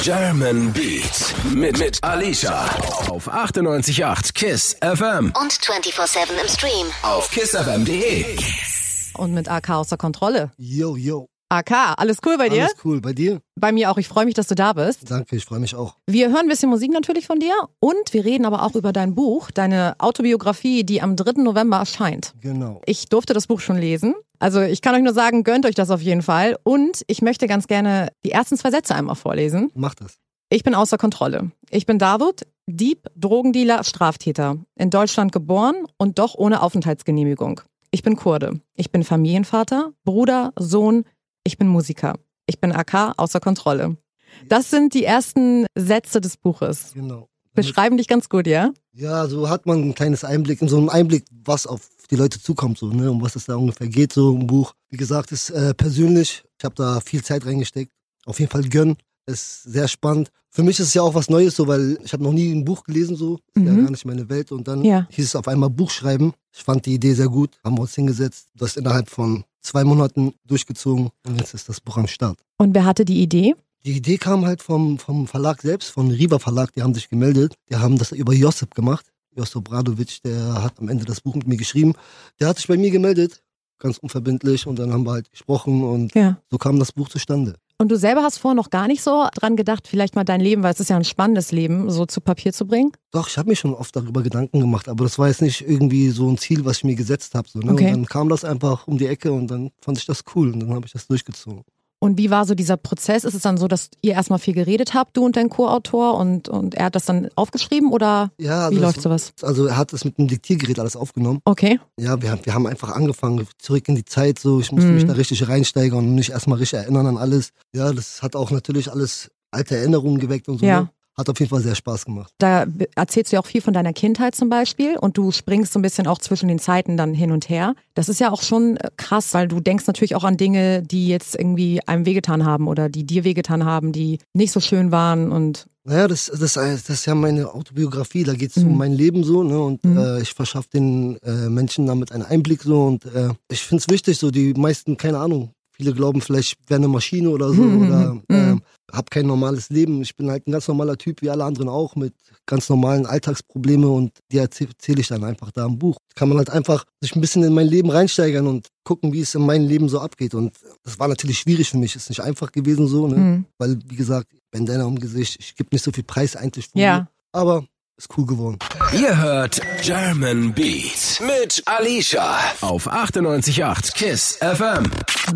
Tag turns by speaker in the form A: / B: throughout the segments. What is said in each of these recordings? A: German Beats mit, mit Alicia auf 98.8 KISS FM
B: und 24-7 im Stream.
A: auf kissfm.de.
C: Und mit AK außer Kontrolle.
D: Yo, yo.
C: AK, alles cool bei dir?
D: Alles cool. Bei dir?
C: Bei mir auch. Ich freue mich, dass du da bist.
D: Danke, ich freue mich auch.
C: Wir hören ein bisschen Musik natürlich von dir und wir reden aber auch über dein Buch, deine Autobiografie, die am 3. November erscheint.
D: Genau.
C: Ich durfte das Buch schon lesen. Also ich kann euch nur sagen, gönnt euch das auf jeden Fall. Und ich möchte ganz gerne die ersten zwei Sätze einmal vorlesen.
D: Mach das.
C: Ich bin außer Kontrolle. Ich bin Davut, Dieb, Drogendealer, Straftäter. In Deutschland geboren und doch ohne Aufenthaltsgenehmigung. Ich bin Kurde. Ich bin Familienvater, Bruder, Sohn. Ich bin Musiker. Ich bin AK außer Kontrolle. Das sind die ersten Sätze des Buches.
D: Genau.
C: Beschreiben dich ganz gut, ja?
D: Ja, so hat man ein kleines Einblick, in so einen Einblick, was auf die Leute zukommt, so, ne, um was es da ungefähr geht, so im Buch. Wie gesagt, ist äh, persönlich, ich habe da viel Zeit reingesteckt. Auf jeden Fall gönnen. Ist sehr spannend. Für mich ist es ja auch was Neues, so, weil ich habe noch nie ein Buch gelesen, so. Ist ja
C: Mhm.
D: gar nicht meine Welt. Und dann
C: Ja.
D: hieß es auf einmal Buch schreiben. Ich fand die Idee sehr gut. Haben wir uns hingesetzt, das innerhalb von zwei Monaten durchgezogen. Und jetzt ist das Buch am Start.
C: Und wer hatte die Idee?
D: Die Idee kam halt vom, vom Verlag selbst, von Riva Verlag, die haben sich gemeldet. Die haben das über Josip gemacht. Josip Bradovic, der hat am Ende das Buch mit mir geschrieben. Der hat sich bei mir gemeldet, ganz unverbindlich. Und dann haben wir halt gesprochen und
C: Ja.
D: so kam das Buch zustande.
C: Und du selber hast vorher noch gar nicht so dran gedacht, vielleicht mal dein Leben, weil es ist ja ein spannendes Leben, so zu Papier zu bringen.
D: Doch, ich habe mir schon oft darüber Gedanken gemacht, aber das war jetzt nicht irgendwie so ein Ziel, was ich mir gesetzt habe. So, ne?
C: Okay.
D: Und dann kam das einfach um die Ecke und dann fand ich das cool und dann habe ich das durchgezogen.
C: Und wie war so dieser Prozess? Ist es dann so, dass ihr erstmal viel geredet habt, du und dein Co-Autor, und, und er hat das dann aufgeschrieben oder
D: Ja,
C: wie
D: das-
C: läuft sowas?
D: Also er hat das mit dem Diktiergerät alles aufgenommen.
C: Okay.
D: Ja, wir, haben- wir haben einfach angefangen, zurück in die Zeit so. Ich musste
C: Mhm.
D: mich da richtig reinsteigern und mich erstmal richtig erinnern an alles. Ja, das hat auch natürlich alles alte Erinnerungen geweckt und so.
C: Ja.
D: Ne? Hat auf jeden Fall sehr Spaß gemacht.
C: Da be- erzählst du ja auch viel von deiner Kindheit zum Beispiel und du springst so ein bisschen auch zwischen den Zeiten dann hin und her. Das ist ja auch schon äh, krass, weil du denkst natürlich auch an Dinge, die jetzt irgendwie einem wehgetan haben oder die dir wehgetan haben, die nicht so schön waren und
D: Naja, das, das, das ist ja meine Autobiografie, da geht's um
C: Mhm.
D: mein Leben so, ne? Und
C: Mhm.
D: äh, ich verschaffe den äh, Menschen damit einen Einblick so und äh, ich find's wichtig, so die meisten, keine Ahnung, viele glauben vielleicht, ich wäre eine Maschine oder so
C: Mhm,
D: oder
C: mhm,
D: äh,
C: mhm.
D: hab kein normales Leben. Ich bin halt ein ganz normaler Typ, wie alle anderen auch, mit ganz normalen Alltagsprobleme und die erzähle ich dann einfach da im Buch. Kann man halt einfach sich ein bisschen in mein Leben reinsteigern und gucken, wie es in meinem Leben so abgeht. Und das war natürlich schwierig für mich, ist nicht einfach gewesen so, ne?
C: Mhm.
D: weil wie gesagt, Bandana um Gesicht, ich gebe nicht so viel Preis eigentlich von
C: Ja.
D: mir, aber ist cool geworden.
A: Ihr hört German Beats mit Alicia auf 98.8 KISS FM.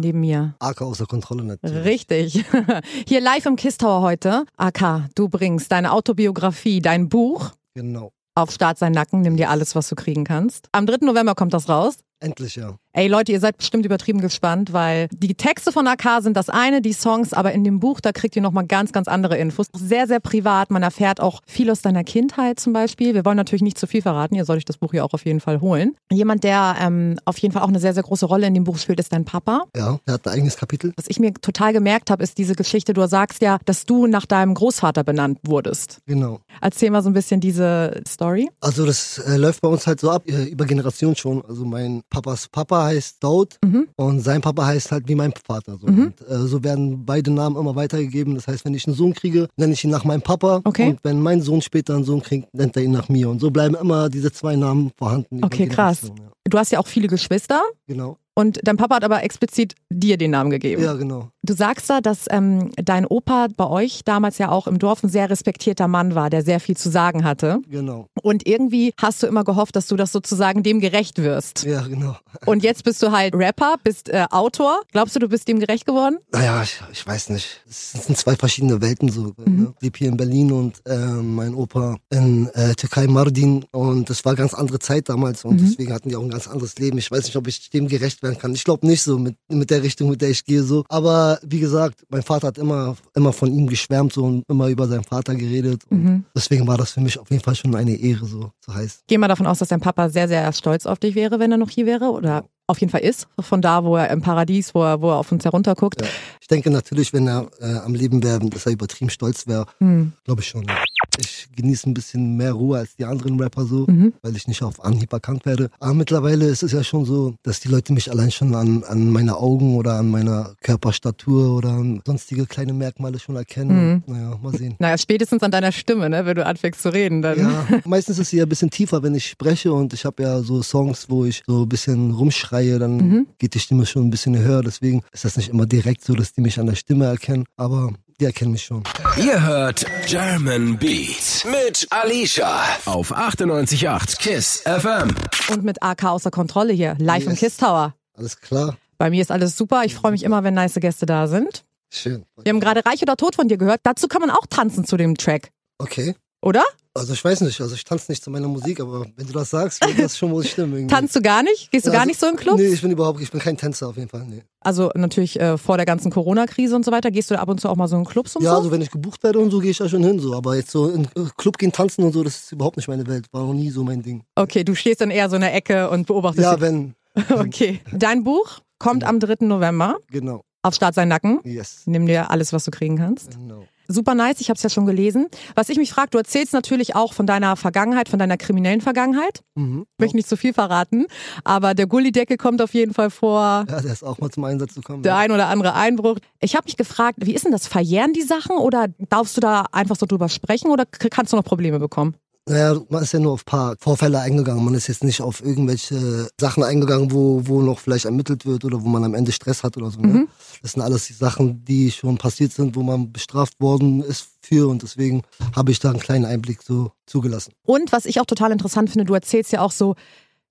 C: neben mir.
D: AK außer Kontrolle natürlich.
C: Richtig. Hier live im Kiss Tower heute. AK, du bringst deine Autobiografie, dein Buch
D: Genau.
C: auf Start sein Nacken, nimm dir alles, was du kriegen kannst. Am 3. November kommt das raus.
D: Endlich, ja.
C: Ey Leute, ihr seid bestimmt übertrieben gespannt, weil die Texte von AK sind das eine, die Songs, aber in dem Buch, da kriegt ihr nochmal ganz, ganz andere Infos. Sehr, sehr privat. Man erfährt auch viel aus deiner Kindheit zum Beispiel. Wir wollen natürlich nicht zu viel verraten, ihr sollt euch das Buch ja auch auf jeden Fall holen. Jemand, der ähm, auf jeden Fall auch eine sehr, sehr große Rolle in dem Buch spielt, ist dein Papa.
D: Ja, er hat ein eigenes Kapitel.
C: Was ich mir total gemerkt habe, ist diese Geschichte, du sagst ja, dass du nach deinem Großvater benannt wurdest.
D: Genau.
C: Erzähl mal so ein bisschen diese Story.
D: Also das äh, läuft bei uns halt so ab, äh, über Generationen schon. Also mein Papas Papa heißt Daud
C: Mhm.
D: und sein Papa heißt halt wie mein Vater. So.
C: Mhm.
D: Und, äh, so werden beide Namen immer weitergegeben. Das heißt, wenn ich einen Sohn kriege, nenne ich ihn nach meinem Papa.
C: Okay.
D: Und wenn mein Sohn später einen Sohn kriegt, nennt er ihn nach mir. Und so bleiben immer diese zwei Namen vorhanden. über
C: Okay, krass.
D: Generationen, Ja.
C: Du hast ja auch viele Geschwister
D: Genau.
C: und dein Papa hat aber explizit dir den Namen gegeben.
D: Ja, genau.
C: Du sagst da, dass ähm, dein Opa bei euch damals ja auch im Dorf ein sehr respektierter Mann war, der sehr viel zu sagen hatte.
D: Genau.
C: Und irgendwie hast du immer gehofft, dass du das sozusagen dem gerecht wirst.
D: Ja, genau.
C: Und jetzt bist du halt Rapper, bist äh, Autor. Glaubst du, du bist dem gerecht geworden?
D: Naja, ich, ich weiß nicht. Es sind zwei verschiedene Welten so. Ne? Ich lebe hier in Berlin und ähm, mein Opa in äh, Türkei, Mardin. Und das war ganz andere Zeit damals und deswegen hatten die auch ein ganz anderes Leben. Ich weiß nicht, ob ich dem gerecht werden kann. Ich glaube nicht so mit, mit der Richtung, mit der ich gehe so. Aber wie gesagt, mein Vater hat immer, immer von ihm geschwärmt so und immer über seinen Vater geredet. Und Deswegen war das für mich auf jeden Fall schon eine Ehre so zu heißen.
C: gehe mal davon aus, dass dein Papa sehr, sehr stolz auf dich wäre, wenn er noch hier wäre oder auf jeden Fall ist, von da, wo er im Paradies, wo er, wo er auf uns herunterguckt.
D: Ich denke natürlich, wenn er äh, am Leben wäre, dass er übertrieben stolz wäre. Glaube ich schon. Ja. Ich genieße ein bisschen mehr Ruhe als die anderen Rapper so, weil ich nicht auf Anhieb erkannt werde. Aber mittlerweile ist es ja schon so, dass die Leute mich allein schon an, an meine Augen oder an meiner Körperstatur oder an sonstige kleine Merkmale schon erkennen. Naja, mal sehen.
C: Naja, spätestens an deiner Stimme, ne? wenn du anfängst zu reden. Dann.
D: Ja, meistens ist sie ja ein bisschen tiefer, wenn ich spreche und ich habe ja so Songs, wo ich so ein bisschen rumschreie, dann
C: Mhm.
D: geht die Stimme schon ein bisschen höher. Deswegen ist das nicht immer direkt so, dass die mich an der Stimme erkennen, aber die erkennen mich schon.
A: Ihr hört German Beat mit Alicia auf 98.8 KISS FM.
C: Und mit AK außer Kontrolle hier, live im
D: Yes.
C: Kiss Tower.
D: Alles klar?
C: Bei mir ist alles super. Ich freue mich immer, wenn nice Gäste da sind.
D: Schön.
C: Wir haben gerade Reich oder Tod von dir gehört. Dazu kann man auch tanzen zu dem Track,
D: Okay.
C: oder?
D: Also ich weiß nicht, also ich tanze nicht zu meiner Musik, aber wenn du das sagst, wird das schon wohl stimmen. irgendwie.
C: Tanzt du gar nicht? Gehst du gar
D: Also,
C: nicht so in Clubs?
D: Nee, ich bin überhaupt, ich bin kein Tänzer auf jeden Fall. Nee.
C: Also natürlich äh, vor der ganzen Corona-Krise und so weiter. Gehst du ab und zu auch mal so in Clubs und
D: Ja,
C: so?
D: also wenn ich gebucht werde und so, gehe ich da schon hin. So. Aber jetzt so in äh, Club gehen, tanzen und so, das ist überhaupt nicht meine Welt. War noch nie so mein Ding.
C: Okay, du stehst dann eher so in der Ecke und beobachtest.
D: Ja, wenn,
C: die- okay. Dein Buch kommt am 3. November
D: genau.
C: auf Start sein Nacken.
D: Yes.
C: Nimm dir alles, was du kriegen kannst.
D: Genau.
C: Super nice, ich habe es ja schon gelesen. Was ich mich frage, du erzählst natürlich auch von deiner Vergangenheit, von deiner kriminellen Vergangenheit.
D: Mhm.
C: Ich möchte nicht zu viel verraten, aber der Gullideckel kommt auf jeden Fall vor.
D: Ja, der ist auch mal zum Einsatz gekommen.
C: Der
D: ja.
C: ein oder andere Einbruch. Ich habe mich gefragt, wie ist denn das? Verjähren die Sachen oder darfst du da einfach so drüber sprechen oder k- kannst du noch Probleme bekommen?
D: Naja, man ist ja nur auf ein paar Vorfälle eingegangen. Man ist jetzt nicht auf irgendwelche Sachen eingegangen, wo, wo noch vielleicht ermittelt wird oder wo man am Ende Stress hat oder so. Ne? Das sind alles die Sachen, die schon passiert sind, wo man bestraft worden ist für. Und deswegen habe ich da einen kleinen Einblick so zugelassen.
C: Und was ich auch total interessant finde, du erzählst ja auch so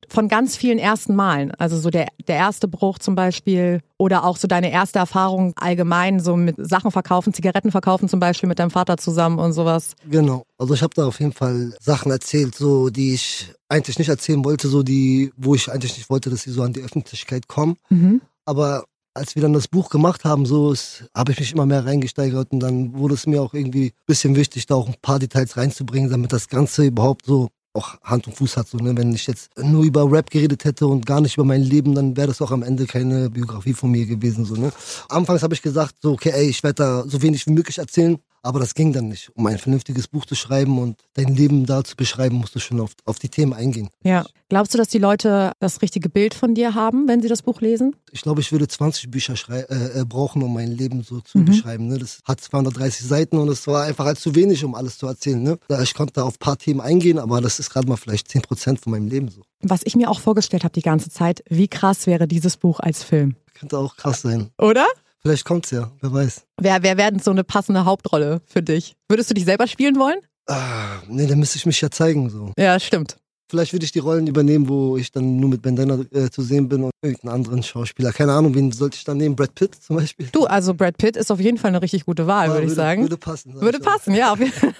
C: von ganz vielen ersten Malen. Also so der, der erste Bruch zum Beispiel oder auch so deine erste Erfahrung allgemein, so mit Sachen verkaufen, Zigaretten verkaufen zum Beispiel mit deinem Vater zusammen und sowas.
D: Genau. Also ich habe da auf jeden Fall Sachen erzählt, so die ich eigentlich nicht erzählen wollte, so die, wo ich eigentlich nicht wollte, dass sie so an die Öffentlichkeit kommen. Aber als wir dann das Buch gemacht haben, so ist- habe ich mich immer mehr reingesteigert und dann wurde es mir auch irgendwie ein bisschen wichtig, da auch ein paar Details reinzubringen, damit das Ganze überhaupt so auch Hand und Fuß hat. So, ne? Wenn ich jetzt nur über Rap geredet hätte und gar nicht über mein Leben, dann wäre das auch am Ende keine Biografie von mir gewesen. So, ne? Anfangs habe ich gesagt, so, okay, ey, ich werde da so wenig wie möglich erzählen, aber das ging dann nicht. Um ein vernünftiges Buch zu schreiben und dein Leben da zu beschreiben, musst du schon auf, auf die Themen eingehen.
C: Ja. Glaubst du, dass die Leute das richtige Bild von dir haben, wenn sie das Buch lesen?
D: Ich glaube, ich würde 20 Bücher schrei äh, äh, brauchen, um mein Leben so zu
C: Mhm.
D: beschreiben. Ne? Das hat 230 Seiten und es war einfach halt zu wenig, um alles zu erzählen. Ne? Da- Ich konnte da auf ein paar Themen eingehen, aber das ist gerade mal vielleicht 10 Prozent von meinem Leben so.
C: Was ich mir auch vorgestellt habe die ganze Zeit, wie krass wäre dieses Buch als Film,
D: Könnte auch krass sein.
C: oder?
D: Vielleicht kommt's ja, wer weiß.
C: Wer, wer wäre denn so eine passende Hauptrolle für dich? Würdest du dich selber spielen wollen?
D: Ah, nee, dann müsste ich mich ja zeigen so.
C: Ja, stimmt.
D: Vielleicht würde ich die Rollen übernehmen, wo ich dann nur mit Bandana äh, zu sehen bin und irgendeinen anderen Schauspieler. Keine Ahnung, wen sollte ich dann nehmen? Brad Pitt zum Beispiel?
C: Du, also Brad Pitt ist auf jeden Fall eine richtig gute Wahl,
D: Ja,
C: Also würde ich sagen.
D: Würde passen. sag
C: Würde
D: ich mal.
C: passen, ja. auf jeden-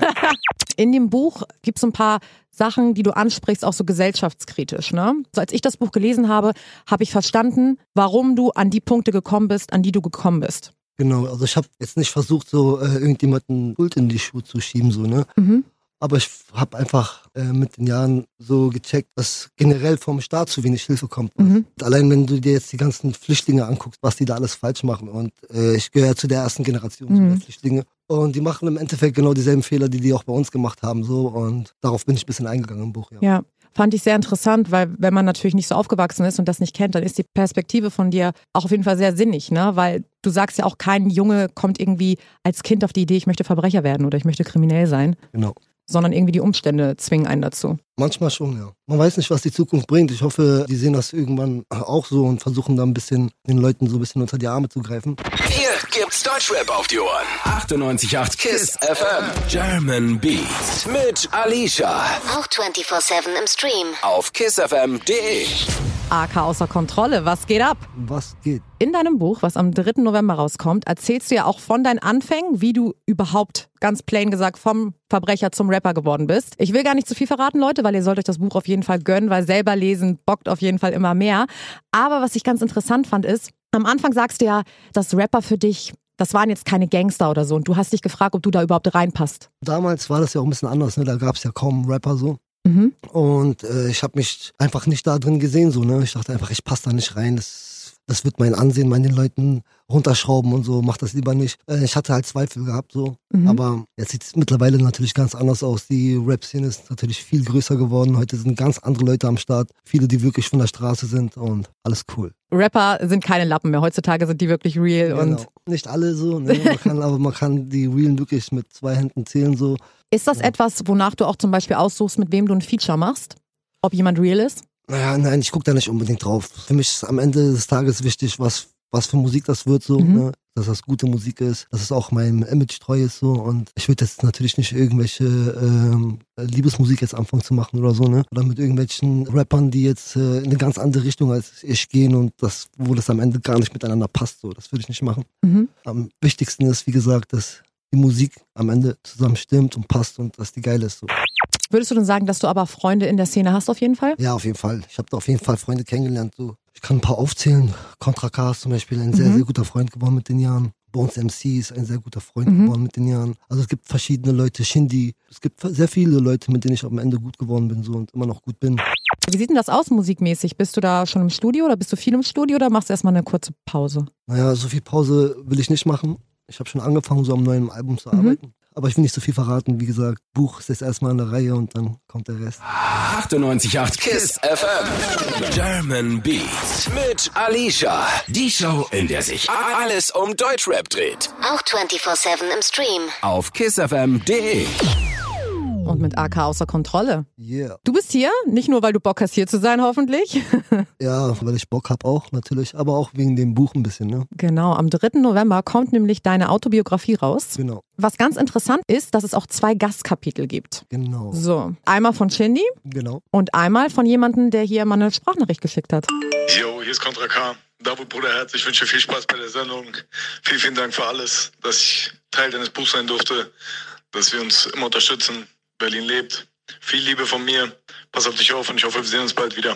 C: In dem Buch gibt es ein paar Sachen, die du ansprichst, auch so gesellschaftskritisch. Ne? So als ich das Buch gelesen habe, habe ich verstanden, warum du an die Punkte gekommen bist, an die du gekommen bist.
D: Genau, also ich habe jetzt nicht versucht, so äh, irgendjemanden Schuld in die Schuhe zu schieben, so, ne?
C: Mhm.
D: Aber ich habe einfach äh, mit den Jahren so gecheckt, dass generell vom Staat zu wenig Hilfe kommt. Und Allein wenn du dir jetzt die ganzen Flüchtlinge anguckst, was die da alles falsch machen. Und äh, ich gehöre zu der ersten Generation der Flüchtlinge. Und die machen im Endeffekt genau dieselben Fehler, die die auch bei uns gemacht haben. so Und darauf bin ich ein bisschen eingegangen im Buch, ja.
C: Ja, fand ich sehr interessant, weil wenn man natürlich nicht so aufgewachsen ist und das nicht kennt, dann ist die Perspektive von dir auch auf jeden Fall sehr sinnig, ne? Weil du sagst ja auch, kein Junge kommt irgendwie als Kind auf die Idee, ich möchte Verbrecher werden oder ich möchte kriminell sein,
D: Genau.
C: sondern irgendwie die Umstände zwingen einen dazu.
D: Manchmal schon, ja. Man weiß nicht, was die Zukunft bringt. Ich hoffe, die sehen das irgendwann auch so und versuchen da ein bisschen den Leuten so ein bisschen unter die Arme zu greifen.
A: Hier gibt's Deutschrap auf die Ohren. 98.8 KISS FM. German Beat mit Alicia
B: Auch 24-7 im Stream.
A: auf kissfm.de.
C: AK außer Kontrolle, was geht ab?
D: Was geht?
C: In deinem Buch, was am 3. November rauskommt, erzählst du ja auch von deinen Anfängen, wie du überhaupt ganz plain gesagt vom Verbrecher zum Rapper geworden bist. Ich will gar nicht zu viel verraten, Leute, weil ihr sollt euch das Buch auf jeden Fall gönnen, weil selber lesen bockt auf jeden Fall immer mehr. Aber was ich ganz interessant fand ist, am Anfang sagst du ja, dass Rapper für dich, das waren jetzt keine Gangster oder so und du hast dich gefragt, ob du da überhaupt reinpasst.
D: Damals war das ja auch ein bisschen anders, ne? Da gab es ja kaum Rapper so.
C: Mhm.
D: Und äh, ich habe mich einfach nicht da drin gesehen, so, ne? Ich dachte einfach, ich passe da nicht rein. Das das wird mein Ansehen meinen Leuten runterschrauben und so, mach das lieber nicht. Äh, ich hatte halt Zweifel gehabt, so. Aber jetzt sieht es mittlerweile natürlich ganz anders aus. Die Rap-Szene ist natürlich viel größer geworden. Heute sind ganz andere Leute am Start. Viele, die wirklich von der Straße sind und alles cool.
C: Rapper sind keine Lappen mehr. Heutzutage sind die wirklich real und
D: Genau. Nicht alle so, ne? man kann, aber man kann die Realen wirklich mit zwei Händen zählen, so.
C: Ist das etwas, wonach du auch zum Beispiel aussuchst, mit wem du ein Feature machst? Ob jemand real ist?
D: Naja, nein, ich gucke da nicht unbedingt drauf. Für mich ist am Ende des Tages wichtig, was, was für Musik das wird, so, ne? dass das gute Musik ist, dass es auch meinem Image treu ist, so. Und ich würde jetzt natürlich nicht irgendwelche ähm, Liebesmusik jetzt anfangen zu machen oder so, ne? Oder mit irgendwelchen Rappern, die jetzt äh, in eine ganz andere Richtung als ich gehen und das, wo das am Ende gar nicht miteinander passt, so. Das würde ich nicht machen.
C: Mhm.
D: Am wichtigsten ist, wie gesagt, dass die Musik am Ende zusammen stimmt und passt und dass die geil ist, so.
C: Würdest du denn sagen, dass du aber Freunde in der Szene hast auf jeden Fall?
D: Ja, auf jeden Fall. Ich habe da auf jeden Fall Freunde kennengelernt. So. Ich kann ein paar aufzählen. Contra K ist zum Beispiel ein sehr,
C: Mhm.
D: sehr guter Freund geworden mit den Jahren. Bones MC ist ein sehr guter Freund
C: Mhm.
D: geworden mit den Jahren. Also es gibt verschiedene Leute, Shindy. Es gibt sehr viele Leute, mit denen ich am Ende gut geworden bin so, und immer noch gut bin.
C: Wie sieht denn das aus musikmäßig? Bist du da schon im Studio oder bist du viel im Studio oder machst du erstmal eine kurze Pause?
D: Naja, so viel Pause will ich nicht machen. Ich habe schon angefangen, so am neuen Album zu
C: Mhm.
D: arbeiten. Aber ich will nicht so viel verraten. Wie gesagt, Buch ist jetzt erstmal an der Reihe und dann kommt der Rest.
A: 988 Kiss FM. German Beats mit Alicia. Die Show, in der sich a- alles um Deutschrap dreht.
B: Auch 24-7 im Stream.
A: Auf kissfm.de.
C: Und mit AK außer Kontrolle.
D: Yeah.
C: Du bist hier, nicht nur, weil du Bock hast, hier zu sein, hoffentlich.
D: Ja, weil ich Bock hab auch natürlich. Aber auch wegen dem Buch ein bisschen, ne?
C: Genau, am 3. November kommt nämlich deine Autobiografie raus.
D: Genau,
C: Was ganz interessant ist, dass es auch zwei Gastkapitel gibt.
D: genau,
C: So, einmal von Shindy
D: genau.
C: und einmal von jemandem, der hier mal eine Sprachnachricht geschickt hat.
E: Yo, hier ist Kontra K. David Bruderherz, ich wünsche viel Spaß bei der Sendung. Vielen, vielen Dank für alles, dass ich Teil deines Buchs sein durfte, dass wir uns immer unterstützen. Berlin lebt. Viel Liebe von mir. Pass auf dich auf und ich hoffe, wir sehen uns bald wieder.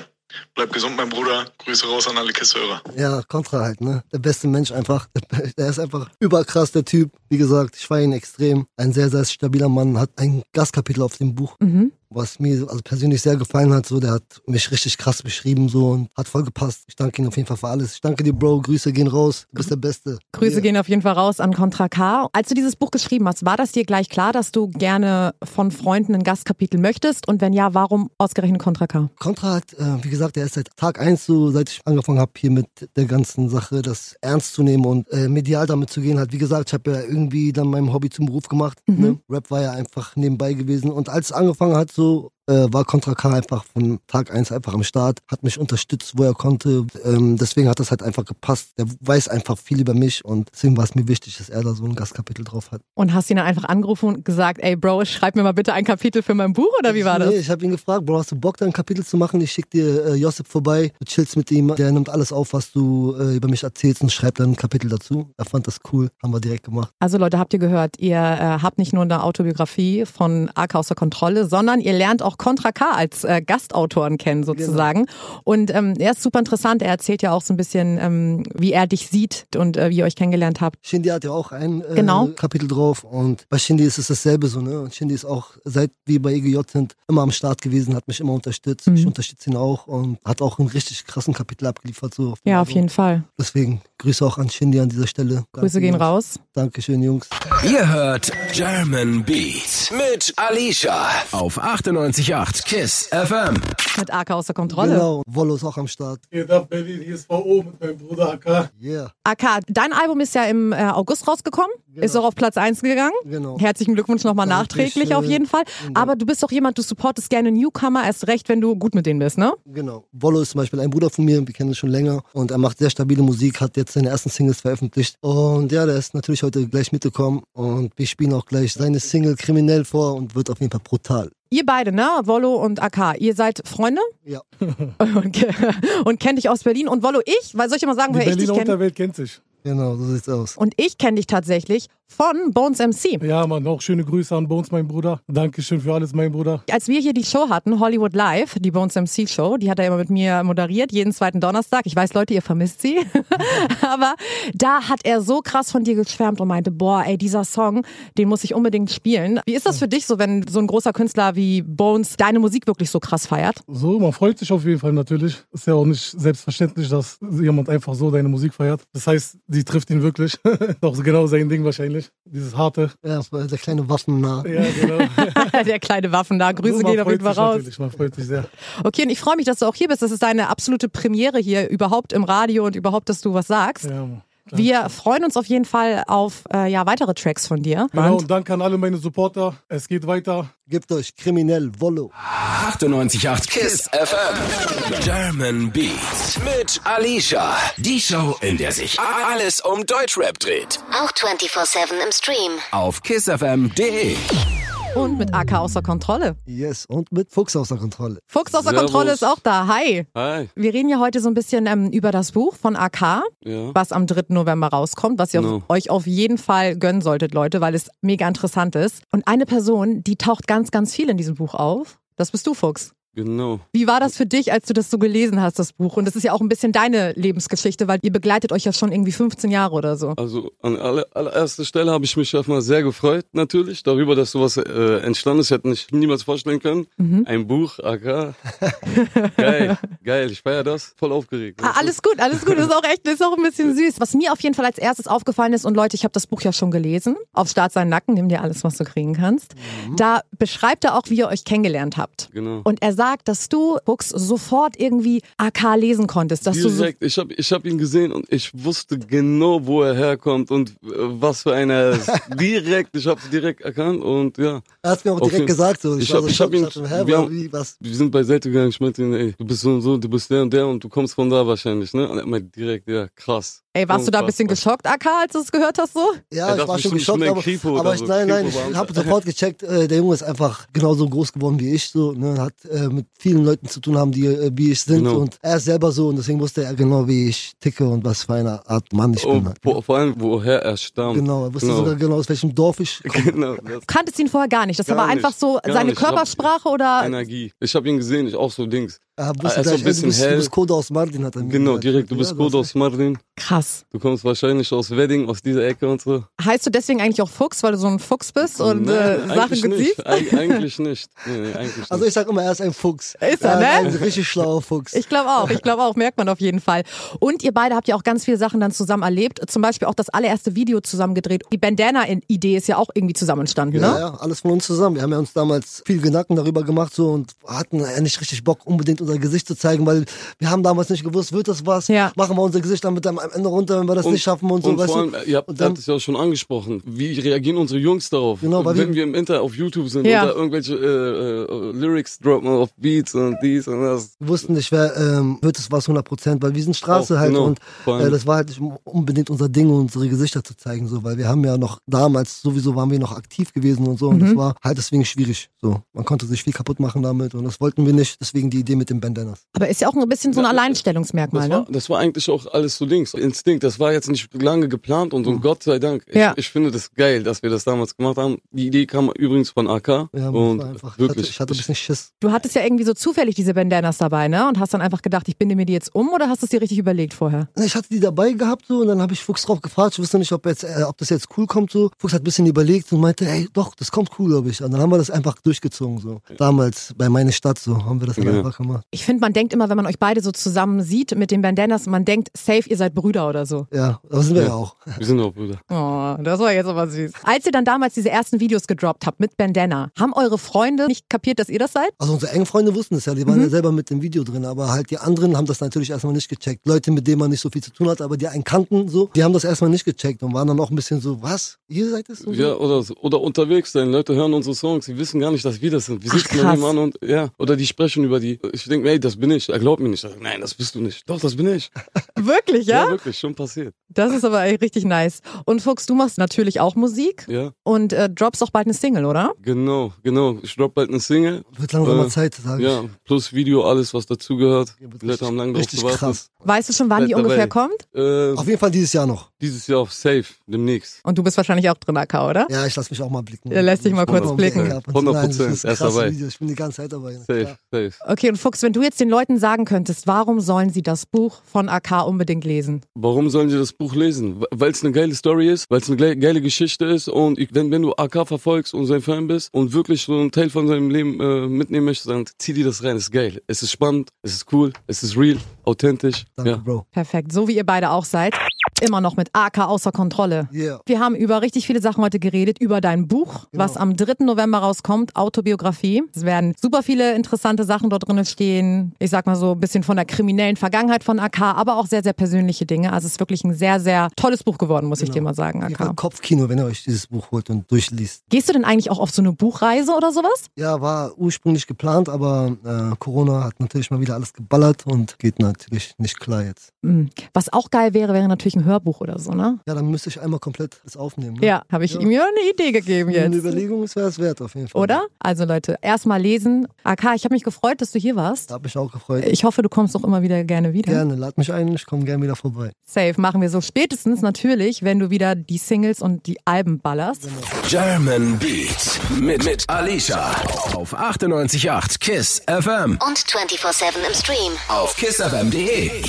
E: Bleib gesund, mein Bruder. Grüße raus an alle Kisshörer.
D: Ja, Kontra halt, ne? Der beste Mensch einfach. Der ist einfach überkrass, der Typ. Wie gesagt, ich feiere ihn extrem. Ein sehr, sehr stabiler Mann, hat ein Gastkapitel auf dem Buch,
C: Mhm.
D: was mir also persönlich sehr gefallen hat. So, der hat mich richtig krass beschrieben so und hat voll gepasst. Ich danke ihm auf jeden Fall für alles. Ich danke dir, Bro. Grüße gehen raus. Du bist der Beste.
C: Grüße
D: Yeah.
C: gehen auf jeden Fall raus an Contra K. Als du dieses Buch geschrieben hast, war das dir gleich klar, dass du gerne von Freunden ein Gastkapitel möchtest? Und wenn ja, warum ausgerechnet Contra K?
D: Kontra hat, äh, wie gesagt, er ist seit Tag eins so, seit ich angefangen habe hier mit der ganzen Sache, das ernst zu nehmen und äh, medial damit zu gehen. Hat, wie gesagt, ich habe ja irgendwie dann mein Hobby zum Beruf gemacht. Ne? Rap war ja einfach nebenbei gewesen. Und als es angefangen hat, so äh, war Kontra K einfach von Tag eins einfach am Start, hat mich unterstützt, wo er konnte. Ähm, deswegen hat das halt einfach gepasst. Er weiß einfach viel über mich und deswegen war es mir wichtig, dass er da so ein Gastkapitel drauf hat.
C: Und hast ihn dann einfach angerufen und gesagt, ey Bro, schreib mir mal bitte ein Kapitel für mein Buch oder wie war das?
D: Nee, ich habe ihn gefragt, Bro, hast du Bock, da ein Kapitel zu machen? Ich schicke dir äh, Josip vorbei, du chillst mit ihm, der nimmt alles auf, was du äh, über mich erzählst und schreibt dann ein Kapitel dazu. Er fand das cool, haben wir direkt gemacht.
C: Also Leute, habt ihr gehört, ihr äh, habt nicht nur eine Autobiografie von AK außer Kontrolle, sondern ihr lernt auch Contra K als äh, Gastautoren kennen sozusagen. Und ähm, er ist super interessant, er erzählt ja auch so ein bisschen, ähm, wie er dich sieht und äh, wie ihr euch kennengelernt habt.
D: Shindy hat ja auch ein äh,
C: Genau.
D: Kapitel drauf und bei Shindy ist es dasselbe so, ne? Und Shindy ist auch, seit wir bei EGJ sind, immer am Start gewesen, hat mich immer unterstützt.
C: Mhm.
D: Ich unterstütze ihn auch und hat auch einen richtig krassen Kapitel abgeliefert. So dem
C: Ja, auf
D: Album.
C: jeden Fall.
D: Deswegen Grüße auch an Shindy an dieser Stelle.
C: Grüße
D: Danke,
C: gehen
D: Jungs.
C: raus.
D: Dankeschön, Jungs.
A: Ihr hört German Beats mit Alicia. Auf 988 Kiss FM.
C: Mit AK außer Kontrolle.
D: Genau, Wollo ist auch am Start.
F: Geht ab, Berlin, hier ist VO mit meinem Bruder AK.
D: Yeah,
C: AK, dein Album ist ja im äh, August rausgekommen, ist auch auf Platz 1 gegangen.
D: genau.
C: Herzlichen Glückwunsch nochmal
D: Dankeschön.
C: nachträglich auf jeden Fall. Aber du bist doch jemand, du supportest gerne Newcomer, erst recht, wenn du gut mit denen bist, ne?
D: Genau. Wollo ist zum Beispiel ein Bruder von mir, wir kennen uns schon länger und er macht sehr stabile Musik, hat jetzt seine ersten Singles veröffentlicht. Und ja, der ist natürlich heute gleich mitgekommen und wir spielen auch gleich seine Single kriminell vor und wird auf jeden Fall brutal.
C: Ihr beide, ne? Wollo und AK, ihr seid Freunde
D: Ja,
C: und, ke- und kennt dich aus Berlin. Und Wollo, ich, weil soll ich immer sagen,
F: Die
C: woher ich dich
F: Berliner
C: kenne?
F: Unterwelt kennt sich.
D: genau, so sieht's aus.
C: Und ich kenne dich tatsächlich von Bones MC.
F: Ja, Mann, auch schöne Grüße an Bones, mein Bruder. Dankeschön für alles, mein Bruder.
C: Als wir hier die Show hatten, Hollywood Live, die Bones MC Show, die hat er immer mit mir moderiert, jeden zweiten Donnerstag. Ich weiß, Leute, ihr vermisst sie. Aber da hat er so krass von dir geschwärmt und meinte, boah, ey, dieser Song, den muss ich unbedingt spielen. Wie ist das für dich so, wenn so ein großer Künstler wie Bones deine Musik wirklich so krass feiert?
F: So, man freut sich auf jeden Fall natürlich. Ist ja auch nicht selbstverständlich, dass jemand einfach so deine Musik feiert. Das heißt, die trifft ihn wirklich. Ist auch genau sein Ding wahrscheinlich. Dieses harte.
D: Ja, voll der kleine Waffennah.
F: Ja, genau.
C: Der kleine Waffen da, Grüße
F: So, man
C: gehen auf
F: freut
C: jeden Fall
F: sich
C: raus.
F: Natürlich. Man freut sich sehr.
C: Okay, und ich freue mich, dass du auch hier bist. Das ist deine absolute Premiere hier überhaupt im Radio und überhaupt, dass du was sagst.
F: Ja, Mann.
C: Wir freuen uns auf jeden Fall auf äh, ja, weitere Tracks von dir.
F: Genau, und danke an alle meine Supporter. Es geht weiter.
D: Gebt euch kriminell Wollo.
A: 98.8 Kiss FM. German Beats mit Alicia. Die Show, in der sich alles um Deutschrap dreht.
B: Auch 24-7 im Stream.
A: Auf kissfm.de.
C: Und mit AK außer Kontrolle.
D: Yes, und mit Fuchs außer Kontrolle.
C: Fuchs außer
G: Servus.
C: Kontrolle ist auch da. Hi.
G: Hi.
C: Wir reden ja heute so ein bisschen ähm, über das Buch von AK,
G: Ja.
C: was am 3. November rauskommt, was ihr
G: No.
C: euch auf jeden Fall gönnen solltet, Leute, weil es mega interessant ist. Und eine Person, die taucht ganz, ganz viel in diesem Buch auf. Das bist du, Fuchs.
G: Genau.
C: Wie war das für dich, als du das so gelesen hast, das Buch? Und das ist ja auch ein bisschen deine Lebensgeschichte, weil ihr begleitet euch ja schon irgendwie 15 Jahre oder so.
G: Also an aller, allererster Stelle habe ich mich erstmal sehr gefreut, natürlich, darüber, dass sowas äh, entstanden ist. Hätte ich niemals vorstellen können.
C: Mhm.
G: Ein Buch, AK. geil, geil, ich feiere das. Voll aufgeregt.
C: Ah, alles gut, alles gut. Das ist auch echt, das ist auch ein bisschen süß. Was mir auf jeden Fall als erstes aufgefallen ist, und Leute, ich habe das Buch ja schon gelesen, auf Start sein Nacken, nimm dir alles, was du kriegen kannst.
G: Mhm.
C: Da beschreibt er auch, wie ihr euch kennengelernt habt.
G: Genau.
C: Und er sagt, dass du Books sofort irgendwie AK lesen konntest, dass du so
G: Direkt, ich habe ich hab ihn gesehen und ich wusste genau, wo er herkommt und äh, was für einer er ist. direkt, ich habe es direkt erkannt und ja.
D: Er hat mir auch
G: Auf
D: direkt
G: jeden-
D: gesagt, so.
G: Ich
D: war
G: hab-
D: so
G: ich
D: schockiert,
G: hab ihn-
D: dachte, hä,
G: wir
D: wa-
G: haben-
D: wie, was?
G: Wir sind beiseite gegangen, ich meinte, ihm, ey, du bist so und so, du bist der und der und du kommst von da wahrscheinlich, ne? Und er meinte direkt, ja, krass.
C: Ey, warst du da ein bisschen
G: Unfassbar.
C: geschockt, AK, als du es gehört hast so?
D: Ja,
G: Er
D: ich
G: dachte
D: war schon
G: bestimmt, ich bin
D: geschockt,
G: ein
D: aber,
G: Kripo oder
D: aber ich,
G: so.
D: nein, nein,
G: Kripo
D: ich
G: war-
D: habe sofort gecheckt, äh, der Junge ist einfach genauso groß geworden wie ich, so, ne, hat äh, mit vielen Leuten zu tun haben, die äh, wie ich sind
G: Genau.
D: und er ist selber so und deswegen wusste er genau, wie ich ticke und was für eine Art Mann ich bin.
G: Und
D: Halt.
G: Oh, vor, vor allem, woher er stammt.
D: Genau, er wusste sogar genau, aus welchem Dorf ich
G: genau das.
C: Du kanntest ihn vorher gar nicht. Das
G: Gar
C: war
G: nicht,
C: einfach so
G: gar
C: seine
G: nicht. Ich hab-
C: Körpersprache
D: Ah.
C: oder
G: Energie. Ich habe ihn gesehen, ich auch so Dings.
D: Er
G: Ah,
D: wusste
G: er ist so
D: gleich,
G: ein
D: ey, du
G: bisschen
D: bist, du
G: hell.
D: bist Code aus Mardin, hat er mir
G: Genau,
D: gesagt.
G: direkt. Du bist
D: Ja,
G: Code
D: hast
G: aus Mardin.
C: krass.
G: Du kommst wahrscheinlich aus Wedding, aus dieser Ecke und so.
C: Heißt du deswegen eigentlich auch Fuchs, weil du so ein Fuchs bist und äh,
G: Nein,
C: Sachen
G: eigentlich
C: geziehst?
G: nicht. Eig eigentlich nicht. Nee, nee, eigentlich
D: Also
G: nicht.
D: ich sag immer, er ist ein Fuchs.
C: Ist er,
D: Ja,
C: ne?
D: Ein richtig schlauer Fuchs.
C: Ich glaube auch, ich glaube auch, merkt man auf jeden Fall. Und ihr beide habt ja auch ganz viele Sachen dann zusammen erlebt. Zum Beispiel auch das allererste Video zusammen gedreht. Die Bandana-Idee ist ja auch irgendwie zusammen entstanden,
D: Ja,
C: ne?
D: ja, alles von uns zusammen. Wir haben ja uns damals viel Gedanken darüber gemacht so und hatten ja nicht richtig Bock, unbedingt unser Gesicht zu zeigen, weil wir haben damals nicht gewusst, wird das was?
C: Ja.
D: Machen wir unser Gesicht damit am Ende runter, wenn wir das nicht schaffen und so,
G: und
D: weißt
G: vor allem, äh,
D: du?
G: ihr habt,
D: und
G: ihr habt
D: dann,
G: es ja auch schon angesprochen. Wie reagieren unsere Jungs darauf?
D: Genau, weil
G: wenn
D: wir-
G: wir im Internet auf YouTube sind
C: Ja.
G: oder irgendwelche äh, äh, Lyrics droppen auf Beats und dies und das.
D: wir wussten nicht, wer, ähm, wird es was 100 Prozent, weil wir sind Straße
G: Auch,
D: halt
G: genau.
D: und
G: Vor allem-
D: äh, das war halt nicht unbedingt unser Ding, unsere Gesichter zu zeigen, so, weil wir haben ja noch damals, sowieso waren wir noch aktiv gewesen und so und das war halt deswegen schwierig, so. Man konnte sich viel kaputt machen damit und das wollten wir nicht, deswegen die Idee mit den Bandanas.
C: Aber ist ja auch ein bisschen so ein Alleinstellungsmerkmal,
G: Das war,
C: ne?
G: das war eigentlich auch alles so Dings. Instinkt, das war jetzt nicht lange geplant und,
D: Mhm.
G: und Gott sei Dank. Ich,
C: Ja.
G: ich finde das geil, dass wir das damals gemacht haben. Die Idee kam übrigens von AK.
D: Ja, das
G: und
D: war einfach,
G: wirklich.
D: ich hatte, ich hatte ein bisschen Schiss.
C: Du hattest ja irgendwie so zufällig diese Bandanas dabei, ne? Und hast dann einfach gedacht, ich binde mir die jetzt um oder hast du es dir richtig überlegt vorher?
D: Na, Ich hatte die dabei gehabt so und dann habe ich Fuchs drauf gefragt. Ich wusste nicht, ob, jetzt, äh, ob das jetzt cool kommt so. Fuchs hat ein bisschen überlegt und meinte, ey, doch, das kommt cool, glaube ich. Und dann haben wir das einfach durchgezogen so. Damals bei meine Stadt so haben wir das dann
G: Ja.
D: einfach gemacht.
C: Ich finde, man denkt immer, wenn man euch beide so zusammen sieht mit den Bandanas, man denkt, safe, ihr seid Brüder oder so.
D: Ja, da sind wir ja,
G: Ja.
D: auch.
G: wir sind auch Brüder.
C: Oh, das war jetzt aber süß. Als ihr dann damals diese ersten Videos gedroppt habt mit Bandana, haben eure Freunde nicht kapiert, dass ihr das seid?
D: Also unsere engen Freunde wussten es ja, die waren ja selber mit dem Video drin, aber halt die anderen haben das natürlich erstmal nicht gecheckt. Leute, mit denen man nicht so viel zu tun hat, aber die einen kannten so, die haben das erstmal nicht gecheckt und waren dann auch ein bisschen so, was? Ihr seid es? Und so?
G: Ja, oder, so- oder unterwegs sein. Leute hören unsere Songs, sie wissen gar nicht, dass wir das sind. Wir
C: Ach,
G: sitzen
C: krass.
G: da nebenan und ja. Oder die sprechen über die. Ich denke mir, ey, das bin ich. Er glaubt mir nicht. Ich sag, Nein, das bist du nicht. Doch, das bin ich.
C: Wirklich,
G: Ja,
C: ja?
G: wirklich, schon passiert.
C: Das ist aber echt richtig nice. Und Fuchs, du machst natürlich auch Musik
G: Ja,
C: und äh, droppst auch bald eine Single, oder?
G: genau, genau. Ich drop bald eine Single.
D: Wird langsam mal
G: Äh,
D: Zeit, sage
G: Ja,
D: ich.
G: plus Video, alles, was dazugehört.
D: Ja, wird
G: Die Leute haben lange drauf
D: richtig
G: gewartet.
D: krass.
C: Weißt du schon, wann die
G: Bleibt
C: ungefähr
G: dabei.
C: kommt?
G: Äh,
D: Auf jeden Fall dieses Jahr noch.
G: dieses Jahr auf Safe, demnächst.
C: Und du bist wahrscheinlich auch drin, AK, oder?
D: Ja, ich lass mich auch mal blicken.
C: Ja, lass dich mal
D: Ich komm
C: kurz
D: um die
C: blicken.
D: Ecke ab und zu.
G: 100%,
D: Nein, das ist ein
G: er ist
D: krasses
G: dabei.
D: Video. Ich bin die ganze Zeit dabei. ne?
G: Safe,
D: Klar.
G: safe.
C: Okay, und Fuchs, wenn du jetzt den Leuten sagen könntest, warum sollen sie das Buch von AK unbedingt lesen?
G: Warum sollen sie das Buch lesen? Weil es eine geile Story ist, weil es eine gle- geile Geschichte ist und ich, wenn, wenn du AK verfolgst und sein Fan bist und wirklich so einen Teil von seinem Leben äh, mitnehmen möchtest, dann zieh dir das rein. Es ist geil. Es ist spannend, es ist cool, es ist real, authentisch.
D: Danke,
G: ja.
D: Bro.
C: Perfekt, so wie ihr beide auch seid. Immer noch mit AK außer Kontrolle.
D: Yeah.
C: Wir haben über richtig viele Sachen heute geredet, über dein Buch, was am 3. November rauskommt, Autobiografie. Es werden super viele interessante Sachen dort drin stehen. Ich sag mal so ein bisschen von der kriminellen Vergangenheit von AK, aber auch sehr, sehr persönliche Dinge. Also es ist wirklich ein sehr, sehr tolles Buch geworden, muss ich dir mal sagen,
D: Auf jeden Fall
C: AK.
D: Kopfkino, wenn ihr euch dieses Buch holt und durchliest.
C: Gehst du denn eigentlich auch auf so eine Buchreise oder sowas?
D: Ja, war ursprünglich geplant, aber äh, Corona hat natürlich mal wieder alles geballert und geht natürlich nicht klar jetzt.
C: Mhm. Was auch geil wäre, wäre natürlich ein Hörbuch oder so, ne?
D: Ja, dann müsste ich einmal komplett das aufnehmen. Ne?
C: Ja, habe ich ihm ja eine Idee gegeben
D: Eine
C: jetzt.
D: Überlegung ist es wert auf jeden Fall.
C: Oder? Also Leute, erstmal lesen. AK, ich habe mich gefreut, dass du hier warst.
D: Da hab ich auch gefreut.
C: Ich hoffe, du kommst auch immer wieder gerne wieder.
D: Gerne, lad mich ein, ich komme gerne wieder vorbei.
C: Safe machen wir so spätestens natürlich, wenn du wieder die Singles und die Alben ballerst.
A: German Beat mit, mit Alicia auf 98.8 KISS FM
B: Und 24-7 im Stream.
A: auf kissfm.de.